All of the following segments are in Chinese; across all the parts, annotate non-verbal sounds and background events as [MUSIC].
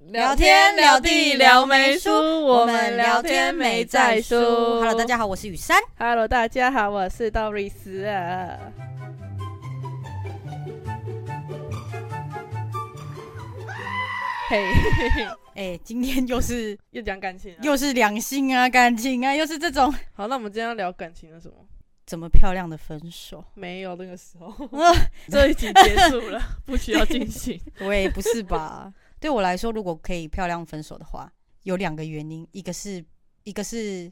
聊天聊地聊没输，我们聊天没在输。 Hello，大家好，我是雨珊。 Hello，大家好，我是道瑞斯啊。嘿，哎、今天又是 [LAUGHS] 又讲感情、啊，又是两性啊，感情啊，又是这种好，那我们今天要聊感情的什么？怎么漂亮的分 [LAUGHS] 手？没有那个时候， [LAUGHS] 啊这一集结束 [LAUGHS] [LAUGHS] 了，不需要进 [LAUGHS] 行。喂，不是吧？对我来说，如果可以漂亮分手的话，有两个原因，一个是一个是，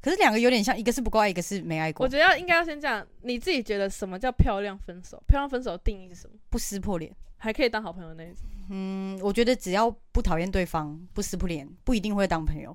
可是两个有点像，一个是不够爱，一个是没爱我过，觉得要应该要先讲你自己觉得什么叫漂亮分手？漂亮分手的定义是什么？不撕破脸。还可以当好朋友那一种，嗯，我觉得只要不讨厌对方，不撕破脸，不一定会当朋友，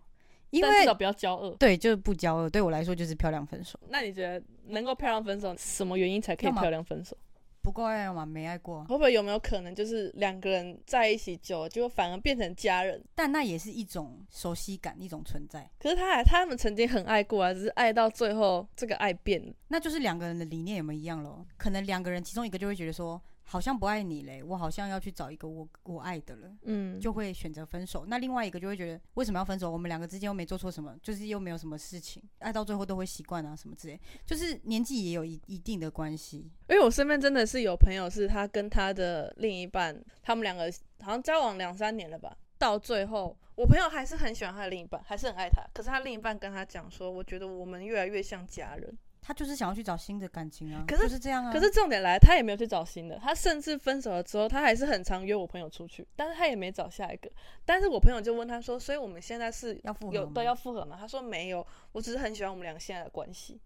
因但至为少不要骄傲。对，就是不交恶。对我来说，就是漂亮分手，那你觉得能够漂亮分手，什么原因才可以干嘛漂亮分手？不够爱嘛，没爱过啊，会不会有没有可能就是两个人在一起久了，结果反而变成家人？但那也是一种熟悉感，一种存在，可是他还他们曾经很爱过啊，只是爱到最后这个爱变了。那就是两个人的理念有没有一样咯？可能两个人其中一个就会觉得说，好像不爱你嘞，我好像要去找一个我我爱的了。嗯，就会选择分手。那另外一个就会觉得，为什么要分手？我们两个之间又没做错什么，就是又没有什么事情，爱到最后都会习惯啊，什么之类。就是年纪也有一一定的关系。因为我身边真的是有朋友，是他跟他的另一半，他们两个好像交往两三年了吧，到最后，我朋友还是很喜欢他的另一半，还是很爱他。可是他另一半跟他讲说，我觉得我们越来越像家人。他就是想要去找新的感情啊，可是就是这样啊。可是重点来，他也没有去找新的，他甚至分手了之后，他还是很常约我朋友出去，但是他也没找下一个。但是我朋友就问他说，所以我们现在是要复合有吗对要复合吗？他说没有，我只是很喜欢我们俩现在的关系。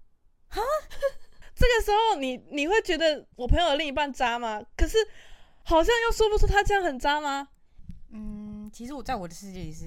[LAUGHS] 这个时候你你会觉得我朋友的另一半渣吗？可是好像又说不出他这样很渣吗？嗯，其实我在我的世界里是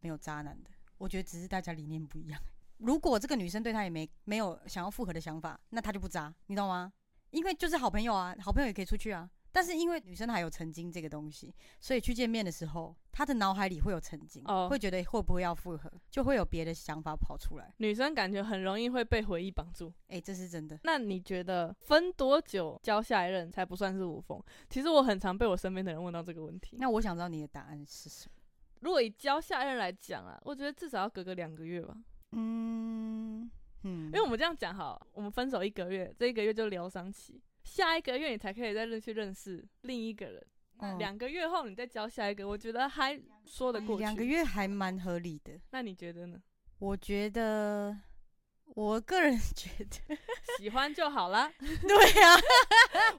没有渣男的，我觉得只是大家理念不一样。如果这个女生对他也没没有想要复合的想法，那他就不渣，你懂吗？因为就是好朋友啊，好朋友也可以出去啊。但是因为女生还有曾经这个东西，所以去见面的时候，她的脑海里会有曾经哦会觉得会不会要复合，就会有别的想法跑出来。女生感觉很容易会被回忆绑住。哎、这是真的。那你觉得分多久交下一任才不算是无缝？其实我很常被我身边的人问到这个问题。那我想知道你的答案是什么？如果以交下一任来讲啊，我觉得至少要隔个两个月吧，嗯嗯，因为我们这样讲好了，我们分手一个月，这一个月就疗伤期，下一个月你才可以再认去认识另一个人。那哦两个月后你再交下一个，我觉得还说得过去。哎两个，月还蛮合理的。那你觉得呢？我觉得，我个人觉得，喜欢就好啦， [LAUGHS] 对啊，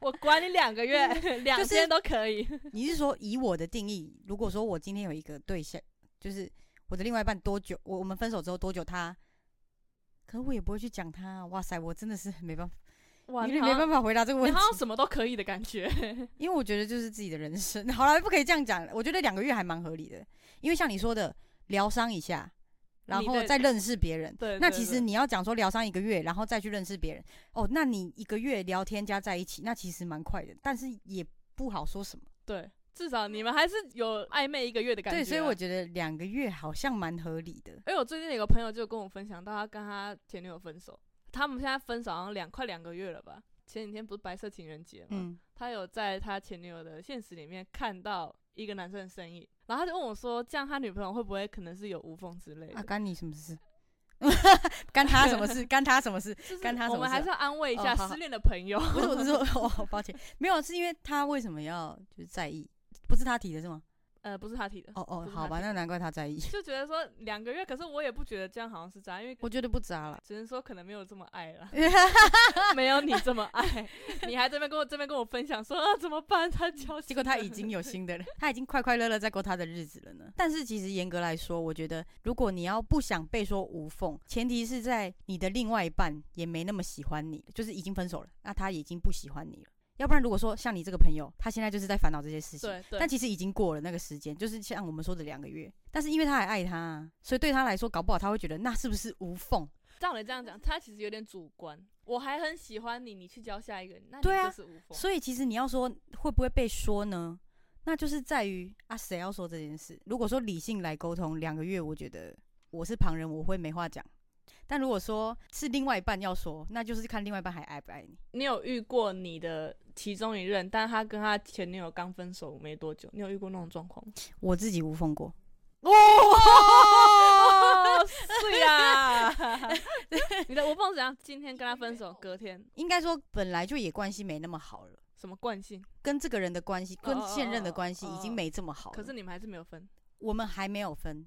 我管你两个 [LAUGHS] 月，两就是天都可 [LAUGHS] 以。你是说以我的定义，如果说我今天有一个对象，就是我的另外一半多久，我我们分手之后多久他，可我也不会去讲他啊。哇塞，我真的是没办法，哇，你有点好没像办法回答这个你问题好，像什么都可以的感觉。因为我觉得就是自己的人生。 [LAUGHS] 好了，不可以这样讲，我觉得两个月还蛮合理的，因为像你说的，疗伤一下，然你后对再认识别人。对，那对其实对你要讲说疗伤一个月，然后再去认识别人，哦，那你一个月聊天加在一起，那其实蛮快的，但是也不好说什么。对，至少你们还是有暧昧一个月的感觉啊、对，所以我觉得两个月好像蛮合理的。哎，我最近有个朋友就跟我分享到，他跟他前女友分手，他们现在分手好像两快两个月了吧？前几天不是白色情人节嘛，嗯，他有在他前女友的现实里面看到一个男生的身影，然后他就问我说，这样他女朋友会不会可能是有无缝之类的？啊，干你什么事？干他什么事？干他什么事？ [LAUGHS] 就是干他什么我们事还啊是要安慰一哦下好好失恋的朋友。 [LAUGHS] 不是，我是说，哦，抱歉，没有，是因为他为什么要就是在意？不是他提的是吗？呃，不是他提的，哦哦不，是他好吧，提那难怪他在意。就觉得说两个月，可是我也不觉得这样好像是渣，因为我觉得不 [LAUGHS] 渣了。只能说可能没有这么爱了。 [LAUGHS] 没有你这么爱， [LAUGHS] 你还这边跟我这边跟我分享说啊怎么办？他交嗯结果他已经有新 [LAUGHS] 的人，他已经快快乐乐在过他的日子了呢。但是其实严格来说，我觉得如果你要不想被说无缝，前提是在你的另外一半也没那么喜欢你，就是已经分手了，那他已经不喜欢你了。要不然如果说像你这个朋友，他现在就是在烦恼这些事 [LAUGHS] 情，对对但，其实已经过了那个时间，就是像我们说的两个月。但是因为他还爱他啊，所以对他来说，搞不好他会觉得那是不是无缝？照你这样讲，他其实有点主观。我还很喜欢你，你去交下一个人，那你对啊就是无缝。所以其实你要说会不会被说呢？那就是在于啊，谁要说这件事？如果说理性来沟通，两个月，我觉得我是旁人，我会没话讲。但如果说是另外一半要说，那就是看另外一半还爱不爱你。你有遇过你的其中一任，但他跟他前女友刚分手没多久，你有遇过那种状况吗？我自己无缝过，哦，是啊 [LAUGHS] 呀， [LAUGHS] 你的我不知道怎样，今天跟他分手，隔天 [LAUGHS] 应该说本来就也关系没那么好了，什么惯性？跟这个人的关系，跟哦哦现任的哦关系哦已经哦没这么好了。可是你们还是没有分，我们还没有分，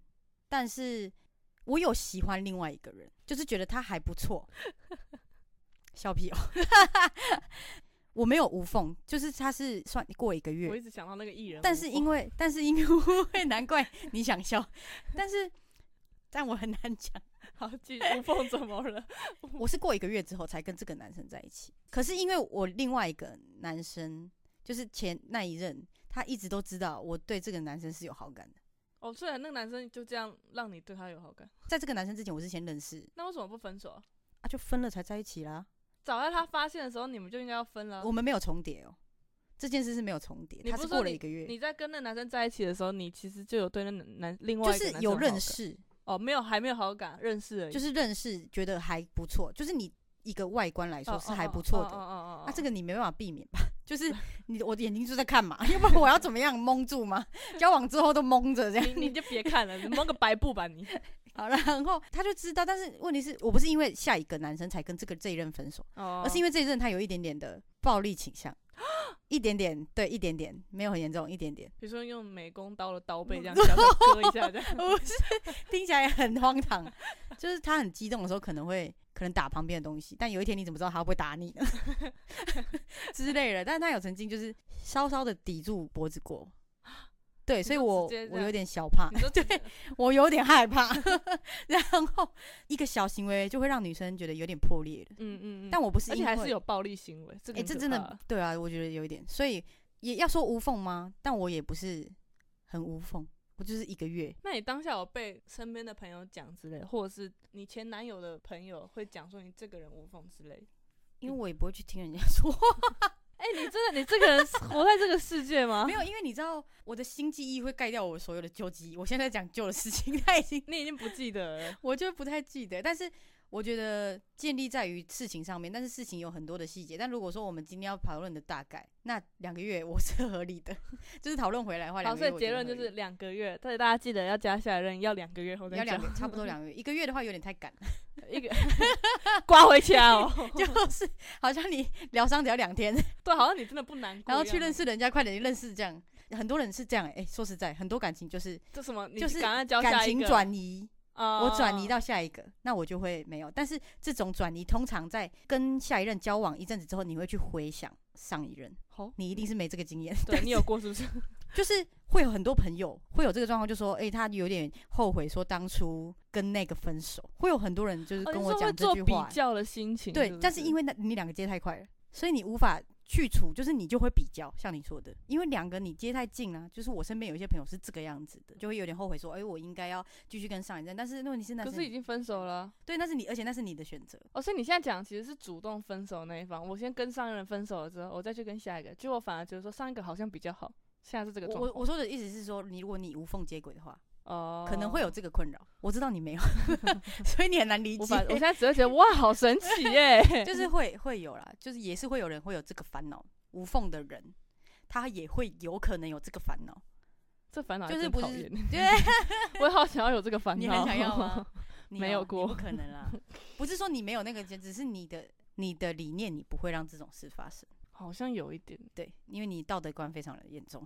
但是我有喜欢另外一个人，就是觉得他还不错。小屁哦，我没有无缝，就是他是算过一个我月，一直想到那个艺人，但是因为但是因为难怪你想笑，但是但我很难讲，好记无缝怎么了？我是过一个月之后才跟这个男生在一起。可是因为我另外一个男生，就是前那一任，他一直都知道我对这个男生是有好感的。 [LAUGHS] 哦，虽然那个男生就这样让你对他有好感，在这个男生之前，我是先认识，那为什么不分手啊？啊，就分了才在一起啦。早在他发现的时候，你们就应该要分了。啊我们没有重叠哦，这件事是没有重叠，你他不是是说过了一个月，你在跟那男生在一起的时候，你其实就有对那男男另外就一个是男生有好认感识，哦，没有还没有好感，认识而已，就是是认识，觉得还不错，就是你一个外观来说是还不错哦的。啊哦哦那这个个你没办法避免吧？ [LAUGHS] 就是你我的眼睛就在看嘛，要不然我要怎么样蒙住吗？交往之后都蒙着这样。你你就别看了，你蒙个白布吧你。好了，然后他就知道，但是问题是我不是因为下一个男生才跟这个这一任分手，哦而是因为这一任他有一点点的暴力倾向，一点点，对，一点点，没有很严重，一点点。比如说用美工刀的刀 [LAUGHS] 背这样小小割一下这样。不是，听起来很荒唐。 [LAUGHS] 就是他很激动的时候，可能会可能打旁边的东西，但有一天你怎么知道他会不会打你呢？ [LAUGHS] 之类的。但是他有曾经就是稍稍的抵住脖子过，对，所以你就我直接这我样有点小怕，你说对，我有点害怕。 [LAUGHS] 然后一个小行为就会让女生觉得有点破裂了。嗯嗯嗯，但我不是而且因还为是有暴力行为，这哎、个很这可真怕的对啊，我觉得有一点，所以也要说无缝吗？但我也不是很无缝，我就是一个月。那你当下有被身边的朋友讲之类，或者是你前男友的朋友会讲说你这个人无缝之 [LAUGHS] 类？嗯因为我也不会去听人家说哎、你真的你这个人活在这个世界吗没？有，因为你知道我的新记忆会盖掉我所有的旧记忆。我现在在讲旧的事情， [LAUGHS] 他已经你已经不记得了。我就不太记得。但是我觉得建立在于事情上面，但是事情有很多的细节。但如果说我们今天要讨论的大概，那两个月我是合理的，就是讨论回来的话，好，两所个月以我结觉得论就合理是两个月，但是大家记得要加下任，要两个月后再要两讲 [LAUGHS] 个，差不多两个月，一个月的话有点太赶，一个刮回家哦。 [LAUGHS] 就是好像你疗伤只要两天，对，好像你真的不难过一样。欸然后去认识人家，快点认识这样。很多人是这样、哎、说实在，很多感情就是这什么？你就是赶快交下感一情个，转移，啊我转移到下一个，那我就会没有。但是这种转移通常在跟下一任交往一阵子之后，你会去回想上一任，好，你一定是没这个经验。对你有过是不是？ [LAUGHS] 哦就是会有很多朋友会有这个状况，就说，哎、他有点后悔，说当初跟那个分手，会有很多人就是哦跟你我说讲会这做句比话。较的心情，对，但是为因为那你两个接太快了，所以你无法去除，就是你就会比较，像你说的，因为两个你接太近啊，就是我身边有一些朋友是这个样子的，就会有点后悔说，哎、我应该要继续跟上一任，但是如果你是男可生，是已经分手了啊。对，那是你，而且那是你的选择。哦，所以你现在讲其实是主动分手那一方，我先跟上一任分手了之后，我再去跟下一个，结果反而觉得说上一个好像比较好，现在是这个我状我况。我说的意思是说，你如果你无缝接轨的话，哦，可能会有这个困扰。我知道你没有， [LAUGHS] 所以你很难理我解反，我现在只会觉 [LAUGHS] 得哇，好神奇耶！就是会会有啦，就是也是会有人会有这个烦恼，无缝的人。他也会有可能有这个烦恼，这烦恼就是真不啊讨是厌， [LAUGHS] 对，我也好想要有这个烦恼。你很想要吗？？你没有你过不可能啦。不是说你没有那个，只是你的你的理念，你不会让这种事发生。 [LAUGHS] 好像有一点。对，因为你道德观非常的严重。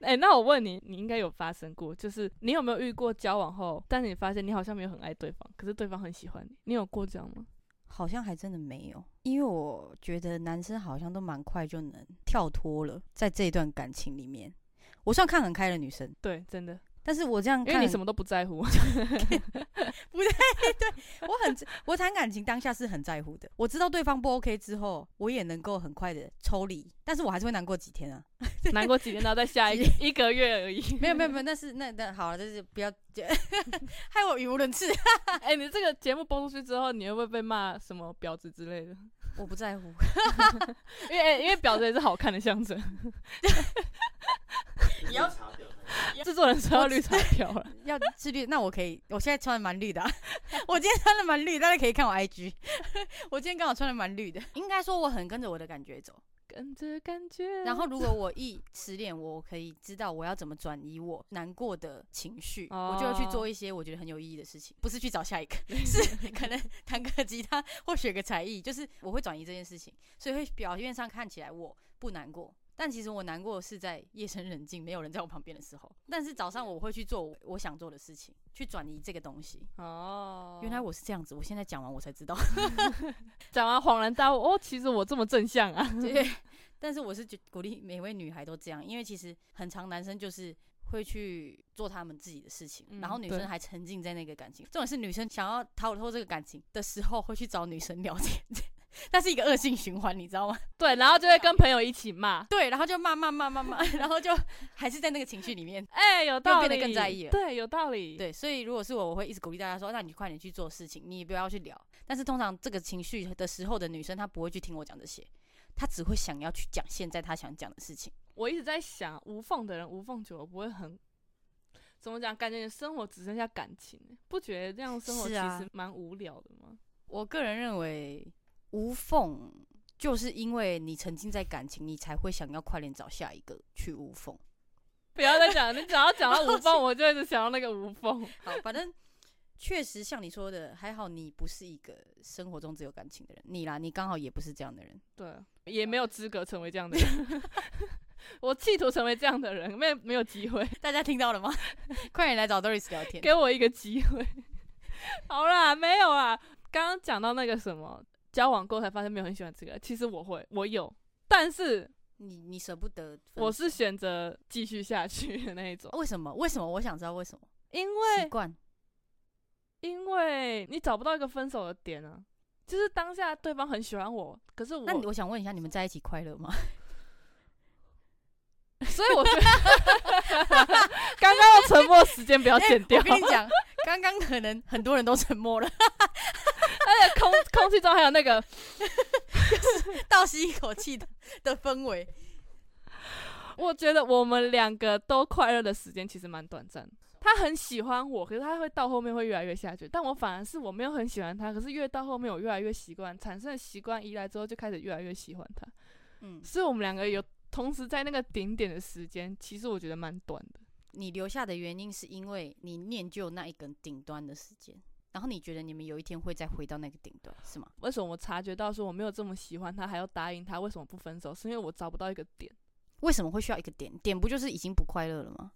哎、那我问你，你应该有发生过，就是你有没有遇过交往后，但是你发现你好像没有很爱对方，可是对方很喜欢你，你有过这样吗？好像还真的没有，因为我觉得男生好像都蛮快就能跳脱了，在这一段感情里面，我算看很开的女生，对，真的，但是我这样因看，为你什么都不在 [LAUGHS] 乎。我很我谈感情当下是很在乎的，我知道对方不 OK 之后，我也能够很快的抽离，但是我还是会难过几天啊， [LAUGHS] 难 [LAUGHS] 过几天，然后再下一个一个月而已。没有没有没有，那是那那好了，就是不要， [LAUGHS] 害我语无伦次，哎、你这个节目播出去之后，你会不会被骂什么婊子之 [LAUGHS] 类的？我不在乎， [LAUGHS] 因为、哎因为婊子也是好看的象征。也要查表。[LAUGHS] 也制作人说要绿茶婊了，要自律，那我可以，我现在穿的蛮绿的啊、 [LAUGHS] 我今天穿的蛮绿，大家可以看我 IG，我今天刚好穿的蛮绿的，应该说我很跟着我的感觉走。 [LAUGHS] 跟着感觉。然后如果我一失恋，我可以知道我要怎么转移我难过的情绪，我就会去做一些我觉得很有意义的事情，不是去找下一个，是可能弹个吉他或学个才艺，就是我会转移这件事情，所以会表面上看起来我不难过。但其实我难过是在夜深人静、没有人在我旁边的时候。但是早上我会去做我我想做的事情，去转移这个东西。哦，原来我是这样子，我现在讲完我才知道。讲完恍然大悟，哦，其实我这么正向啊。对， [LAUGHS] 但是我是觉鼓励每位女孩都这样，因为其实很长男生就是会去做他们自己的事情，然后嗯女对生还沉浸在那个感情。重点是女生想要逃脱这个感情的时候，会去找女生聊天， [LAUGHS] 那是一个恶性循环，你知道吗？ [LAUGHS] [LAUGHS] 对，然后就会跟朋友一起骂，对，然后就骂骂骂骂 [LAUGHS] 骂，然后就还是在那个情绪里面。哎、 [LAUGHS] 有道理，变得更在意了对，有道理，，对，所以如果是我，我会一直鼓励大家说，那你快点去做事情，你也不要去聊。但是通常这个情绪的时候的女生，她不会去听我讲这些，她只会想要去讲现在她想讲的事情。我一直在想，无缝的人无缝久了不会很，怎么讲？感觉你生活只剩下感情，不觉得这样生活其是啊实蛮无聊的吗？我个人认为，无缝就是因为你沉浸在感情，你才会想要快点找下一个去无缝。不要再讲，你只要 [LAUGHS] 讲到我无缝，我就一直想到那个无缝。好，反正确实像你说的，还好你不是一个生活中只有感情的人，你啦，你刚好也不是这样的人。对，也没有资格成为这样的人。 [LAUGHS] 我企图成为这样的人，没有没有机会，大家听到了吗？ [LAUGHS] 快点来找 Doris 聊天。给我一个机会。 [LAUGHS] 好啦，没有啦。刚刚讲到那个什么，交往过才发现没有很喜欢这个。其实我会，我有，但是你你舍不得分手？哦我是选择继续下去的那一种，为什么？为什么？我想知道为什么？因习为惯因为你找不到一个分手的点啊。就是当下对方很喜欢我，可是我那你我想问一下，你们在一起快乐吗？所以我觉得 [LAUGHS] 刚刚的沉默时间 [LAUGHS] 不要剪掉，哎 [LAUGHS] 我跟你讲，刚刚可能很多人都沉默了， [LAUGHS] 而且空空气中还有那个，倒吸一口气的的氛围。我觉得我们两个都快乐的时间其实蛮短暂的。他很喜欢我，可是他会到后面会越来越下去。但我反而是我没有很喜欢他，可是越到后面我越来越习惯，产生了习惯依赖之后，就开始越来越喜欢他。嗯，所以我们两个有同时在那个顶点的时间，其实我觉得蛮短的。你留下的原因是因为你念旧那一根顶端的时间，然后你觉得你们有一天会再回到那个顶端，是吗？为什么我察觉到说我没有这么喜欢他，还要答应他？为什么不分手？是因为我找不到一个点。为什么会需要一个点？点不就是已经不快乐了吗？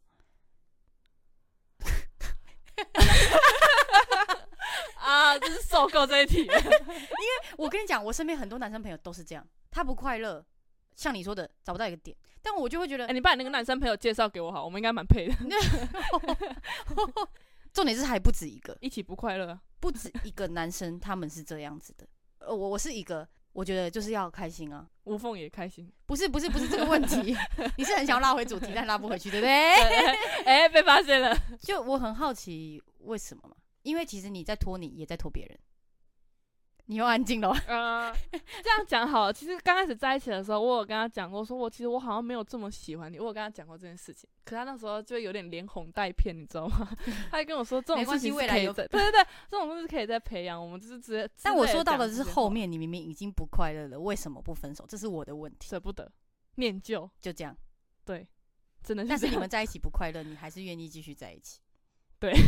[LAUGHS] 啊，真是受够这一题 [LAUGHS] 了。我跟你讲，我身边很多男生朋友都是这样，他不快乐，像你说的找不到一个点，但我就会觉得 [LAUGHS] 哎、，你把你那个男生朋友介绍给我好，我们应该蛮配的，重点是还不止一个，一起不快乐。不止一个男生他们是这样子的。呃，我我是一个，我觉得就是要开心啊。无缝也开心，不是不是不是这个问题， [LAUGHS] 你是很想要拉回主题，但拉不回去，对不对？ [LAUGHS] 哎、被发现了。就我很好奇为什么嘛？因为其实你在拖你，也在拖别人。你又安静了，哦嗯，这样讲好了。其实刚开始在一起的时候，我有跟他讲过，说我其实我好像没有这么喜欢你。我有跟他讲过这件事情，可他那时候就有点连哄带骗，你知道吗？ [LAUGHS] 他就跟我说这种没事关系情是未来可以有再对对对，这种东西是可以再培养。我们就是直接，但我说到的之是类讲后面，你明明已经不快乐了，为什么不分手？这是我的问题。舍不得念旧，就这样，真的是这但样。是你们在一起不快乐，你还是愿意继续在一起。 [LAUGHS] 对， [LAUGHS]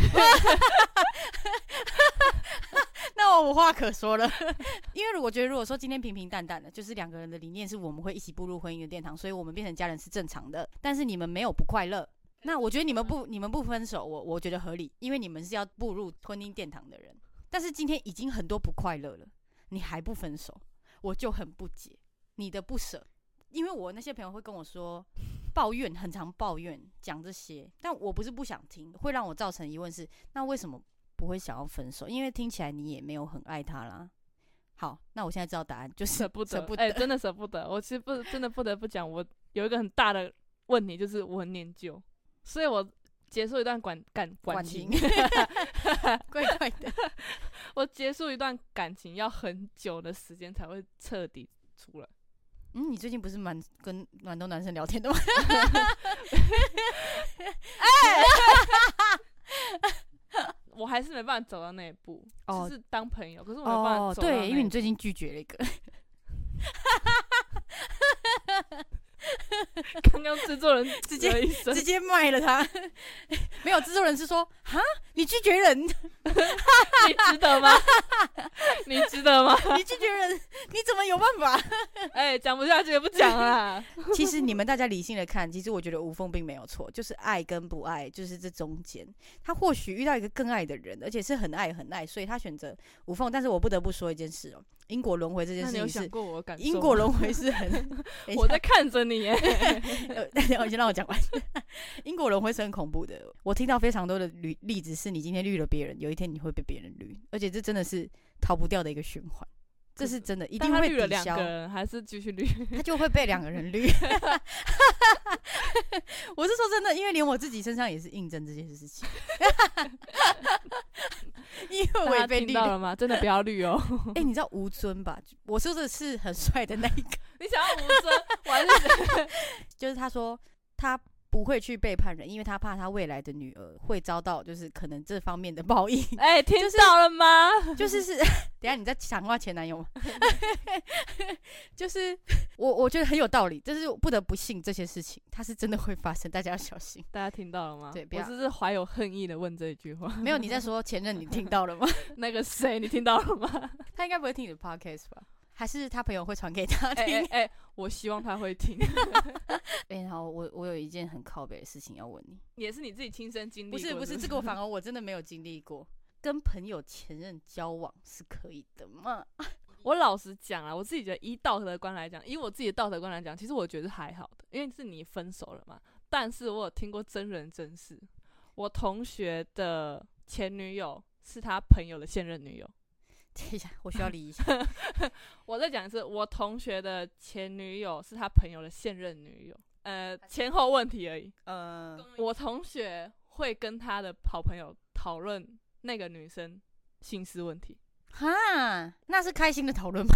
那我无话可说了， [LAUGHS] 因为我觉得如果说今天平平淡淡的，就是两个人的理念是我们会一起步入婚姻的殿堂，所以我们变成家人是正常的。但是你们没有不快乐，那我觉得你们不你们不分手，我我觉得合理，因为你们是要步入婚姻殿堂的人。但是今天已经很多不快乐了，你还不分手，我就很不解你的不舍，因为我那些朋友会跟我说。 [LAUGHS] 抱怨很常抱怨讲这些，但我不是不想听，会让我造成疑问是：那为什么不会想要分手？因为听起来你也没有很爱他啦。好，那我现在知道答案，就是 [LAUGHS] 舍不得，舍不哎、得真的舍不得。我其实不真的不得不讲，我有一个很大的问题，就是我很念旧，所以我结束一段感感感情， [LAUGHS] 怪怪的。我结束一段感情要很久的时间才会彻底出来。 [LAUGHS] 嗯，你最近不是蛮跟蛮多男生聊天的吗？哎、还是没办法走到那一步，哦就是当朋友，可是我没办法哦，走到那一步。对，因为你最近拒绝了一 [LAUGHS] 个，刚刚制作人直接了一声直接卖了他。 [LAUGHS] 没有制作人是说，哈，你拒绝人， [LAUGHS] 你你值得吗？你值得吗？拒绝人， [LAUGHS] 你怎么有办法？哎、讲不下去也不讲啦。 [LAUGHS] 其实你们大家理性的看，其实我觉得无缝并没有错，就是爱跟不爱，就是这中间，他或许遇到一个更爱的人，而且是很爱很爱，所以他选择无缝。但是我不得不说一件事哦，因果轮 [LAUGHS] 回这件那事你有情想是。过我的感受吗？因果轮回是很，等 [LAUGHS] 一我下在 [LAUGHS] 看着你耶。呃，大家先让我讲完。因果轮回是很恐怖的，我听到非常多的例例子，是你今天绿了别人，有一天你会被别人绿，而且这真的是逃不掉的一个循环，这是真的，一一 [LAUGHS] 定他会绿了抵两消个，人，还是继续绿？ [LAUGHS] 他就会被两个人绿。我是说真的，因为连我自己身上也是印证这件事 [LAUGHS] 情，因为 [LAUGHS] 我大也家被听绿到了。了 [LAUGHS] 吗？真的不要绿哦！哎、你知道吴尊吧？我说的是很帅的那 [LAUGHS] 一个，你想要无声，我还 [LAUGHS] 是就是他说他不会去背叛人，因为他怕他未来的女儿会遭到就是可能这方面的报 [LAUGHS] 应，哎、听到了吗？ [LAUGHS] 就是是等一下你在强化前男友吗？ [LAUGHS] 就是 [LAUGHS] 我我觉得很有道理，就是不得不信这些事情，它是真的会发生，大家要小心。大家听到了吗？对不我要只是怀有恨意的问这一句话。 [LAUGHS] 没有你在说前任，你听到 [LAUGHS] 了吗？ [LAUGHS] 那个谁，你听到了 [LAUGHS] 吗？他应该不会听你的 podcast 吧？还是他朋友会传给他哎听？哎哎，我希望他会听，哎、好，我我有一件很靠北的事情要问你。 [LAUGHS] 也是你自己亲身经历不过是的。不是，这个我反而我真的没有经历过。跟朋友前任交往是可以的吗？我老实讲啊，我自己觉得以道德观来讲，以我自己的道德观来讲，其实我觉得是还好的，因为是你分手了嘛。但是我有听过真人真事，我同学的前女友是他朋友的现任女友。等一下，我需要理 [LAUGHS] 一下。我再讲一次，我同学的前女友是他朋友的现任女友。呃，前后问题而已。呃，我同学会跟他的好朋友讨论那个女生心思问题，哈，那是开心的讨论吗？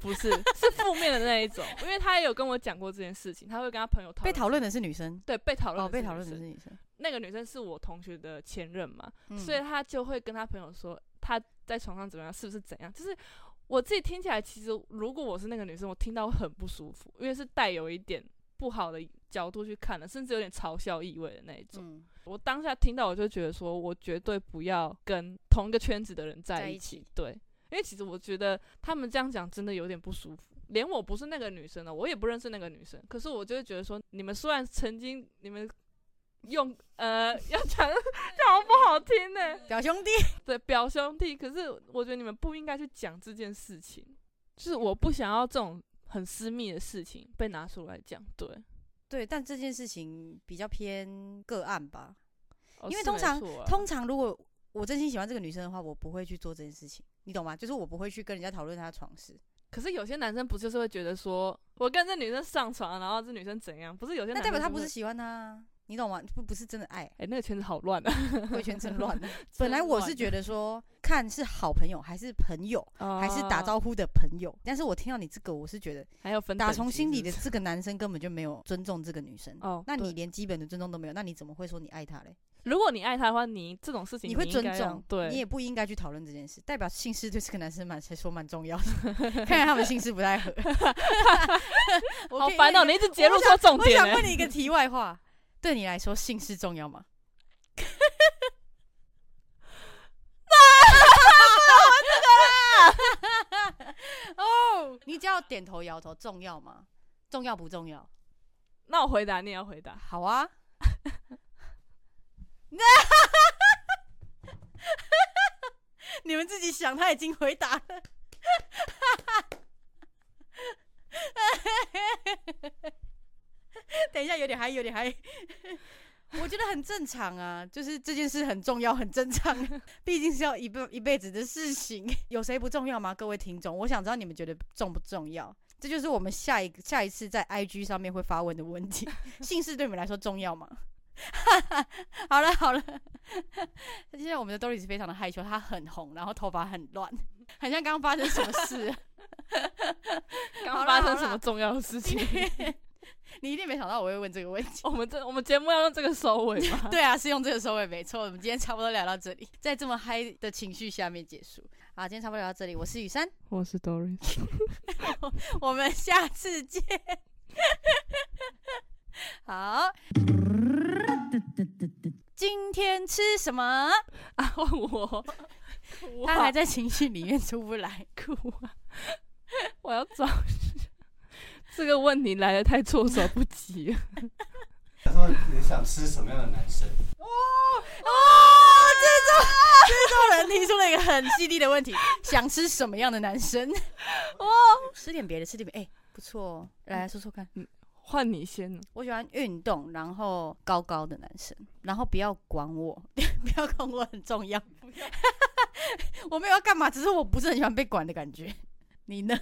不是是负面的那一种，因为他也有跟我讲过这件事情，他会跟他朋友讨被论讨论的是女生，对，被讨论哦，的被是讨女论的生是女生，那个女生是我同学的前任嘛，嗯所以他就会跟他朋友说他在床上怎么样，是不是怎样？就是我自己听起来，其实如果我是那个女生，我听到会很不舒服，因为是带有一点不好的角度去看的，甚至有点嘲笑意味的那一种。嗯，我当下听到，我就觉得说我绝对不要跟同一个圈子的人在在一一起对，因为其实我觉得他们这样讲真的有点不舒服。连我不是那个女生的，我也不认识那个女生，可是我就会觉得说，你们虽然曾经你们用呃 [LAUGHS] 要讲讲得不好听呢、表兄弟，对表兄弟，可是我觉得你们不应该去讲这件事情，就是我不想要这种很私密的事情被拿出来讲，对，对，但这件事情比较偏个案吧。哦因为是通没常错啊通常如果我真心喜欢这个女生的话，我不会去做这件事情，你懂吗？就是我不会去跟人家讨论她的床事。可是有些男生不就是会觉得说，我跟这女生上床，然后这女生怎样？不是有些那男代生表他会不是，喜欢他啊，你懂吗？不不是真的爱，哎、那个圈子好乱啊！会全真 [LAUGHS] 乱的。 [LAUGHS] 本来我是觉得说，看是好朋友还是朋友，得还是打招呼的朋友，但是我听到你这个，我是觉得哦嗯还有分打等从级心是里不的是这个男生根本就没有尊重这个女生。哦，那对你连基本的尊重都没有，那你怎么会说你爱他嘞？如果你爱他的话，你这种事情你会应尊该要重，对，你也不应该去讨论这件事，代表姓氏对这个男生蛮来说蛮重要的。看来他们姓氏不太 [LAUGHS] 合，我好可以烦问哦、一个你一直截入我错想重我点、想欸，问你一个题外话，对你来说姓氏重要吗？哦，你只要点头摇头，重要吗？重要不重要？ [LAUGHS] 那我回答你也要回答，好啊。你们自己想，他已经回答了。 [LAUGHS] 等一下，有点嗨，有点嗨。我觉得很正常啊，就是这件事很重要，很正常，毕竟是要一辈一辈子的事情。有谁不重要吗？各位听众，我想知道你们觉得重不重要？这就是我们下一下一次在 IG 上面会发问的问题。姓氏对你们来说重要吗？ [LAUGHS] 好了好了， [LAUGHS] 现在我们的 Doris 非常的害羞，她很红，然后头发很乱，很像刚刚发生什么事。刚好刚啦发生 [LAUGHS] 好什啦么重要的事情？ [LAUGHS] 你一定没想到我会问这个问题。 [LAUGHS] 我们这我们节目要用这个收尾吗？对啊，是用这个收尾没错。我们今天差不多聊到这里，在这么嗨的情绪下面结束。好，今天差不多聊到这 [LAUGHS] 里，我是雨珊，我是 Doris，我们下次见。好，今天吃什么？啊，换 [LAUGHS] 我，他还在情绪里面出不来。哭啊！ [LAUGHS] 我要找 [LAUGHS] 一下这个问题来的太措手不及了。他说你想吃什么样的男生？哦，制 [LAUGHS] 作制作人提出了一个很犀利的 [LAUGHS] 问题：想吃什么样的男生？哦，吃点别的，吃点别的，哎、不错哦，来说说看。换你先，我喜欢运动，然后高高的男生，然后不要管我， [LAUGHS] 不要管我很重要。 [LAUGHS] 我没有要干嘛，只是我不是很喜欢被管的感觉。你呢？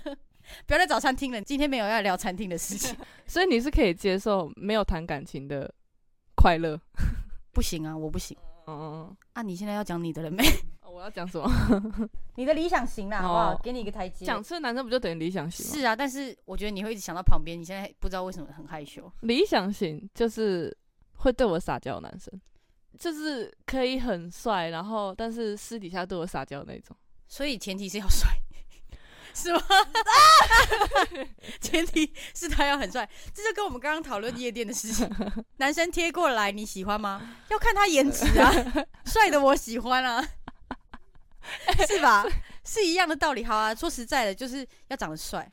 不要在早餐厅了，今天没有要聊餐厅的事 [LAUGHS] 情。所以你是可以接受没有谈感情的快乐。不行啊，我不行嗯，啊！你现在要讲你的了没？哦我要讲什么？你的理想型啦，好不好？哦给你一个台阶。 [LAUGHS] 讲吃的男生不就等于理想型吗？是啊，但是我觉得你会一直想到旁边，你现在不知道为什么很害羞。理想型就是会对我撒娇的男生，就是可以很帅，然后但是私底下对我撒娇的那种。所以前提是要帅，是吗？ [LAUGHS] 前提是他要很帅，这就跟我们刚刚讨论夜店的事情。 [LAUGHS] 男生贴过来，你喜欢吗？要看他颜值啊，帅的我喜 [LAUGHS] 欢啊，是吧？是一样的道理。好啊，说实在的，就是要长得帅，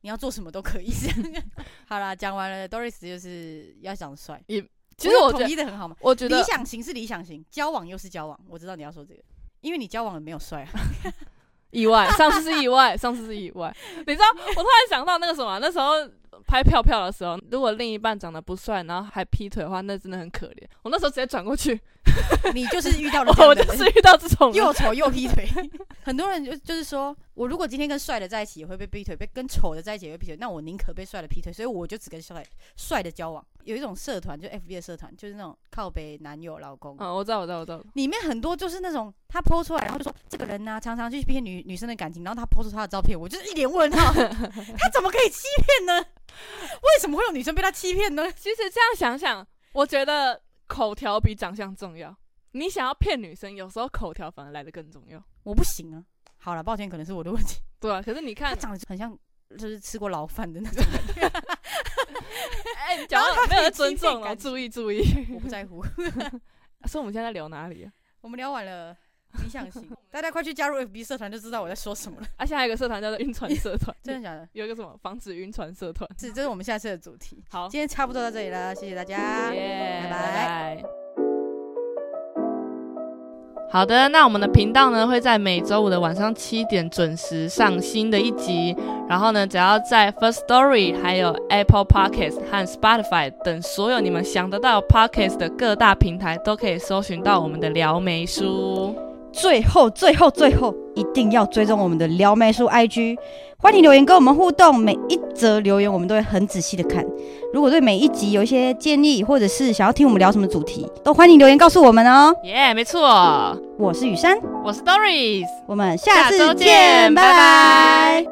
你要做什么都可以。 [LAUGHS] 好啦，讲完了，Doris 就是要长得帅。其实我我有觉统得，一的很好嘛。我觉理得想型是理想型，交往又是交往。我知道你要说这个，因为你交往了没有帅啊。 [LAUGHS] 意外，上次是意外，上次是意外。你知道，我突然想到那个什么，那时候拍票票的时候，如果另一半长得不帅，然后还劈腿的话，那真的很可怜。我那时候直接转过去，你就是 [LAUGHS] 遇到了这哦我样的就是人，遇到这种人。又丑又劈腿。 [LAUGHS] 很多人就就是说，我如果今天跟帅的在一起也会被劈腿，被跟丑的在一起也会劈腿，那我宁可被帅的劈腿，所以我就只跟帅帅的交往。有一种社团，就 FB 的社团，就是那种靠北男友老公。嗯，我知道，我知道，我知道。里面很多就是那种他剖出来，然后就说这个人呢、常常去骗女女生的感情，然后他剖出他的照片，我就是一脸问 [LAUGHS] 号，他怎么可以欺骗呢？为什么会有女生被他欺骗呢？其实这样想想，我觉得口条比长相重要。你想要骗女生，有时候口条反而来的更重要。我不行啊！好了，抱歉，可能是我的问题。 [LAUGHS] 对啊，可是你他看，长得很像，就是吃过牢饭的那种，哎、 [LAUGHS] 你讲然后到他没有可在以欺尊骗重哦，感情注意注意。我不在乎。所以我们现在在聊哪里啊？ [LAUGHS] 我们聊完了理想型， [LAUGHS] 大家快去加入 FB 社团就知道我在说什么了。啊，现在有一个社团叫做晕船社 [LAUGHS] 团，真的假的？有一个什么防止晕船社团。是，这是我们下次的主题。好，今天差不多到这里了，谢谢大家。耶拜拜好的，那我们的频道呢会在每周五的晚上七点准时上新的一集。然后呢，只要在 First Story、还有 Apple Podcast 和 Spotify 等所有你们想得到 Podcast 的各大平台，都可以搜寻到我们的撩梅书。最后，最后，最后，一定要追踪我们的撩妹叔 IG，欢迎留言跟我们互动，每一则留言我们都会很仔细的看。如果对每一集有一些建议，或者是想要听我们聊什么主题，都欢迎留言告诉我们哦。耶、没错，我是雨珊，我是 Doris。我们下次下周见，见拜拜拜拜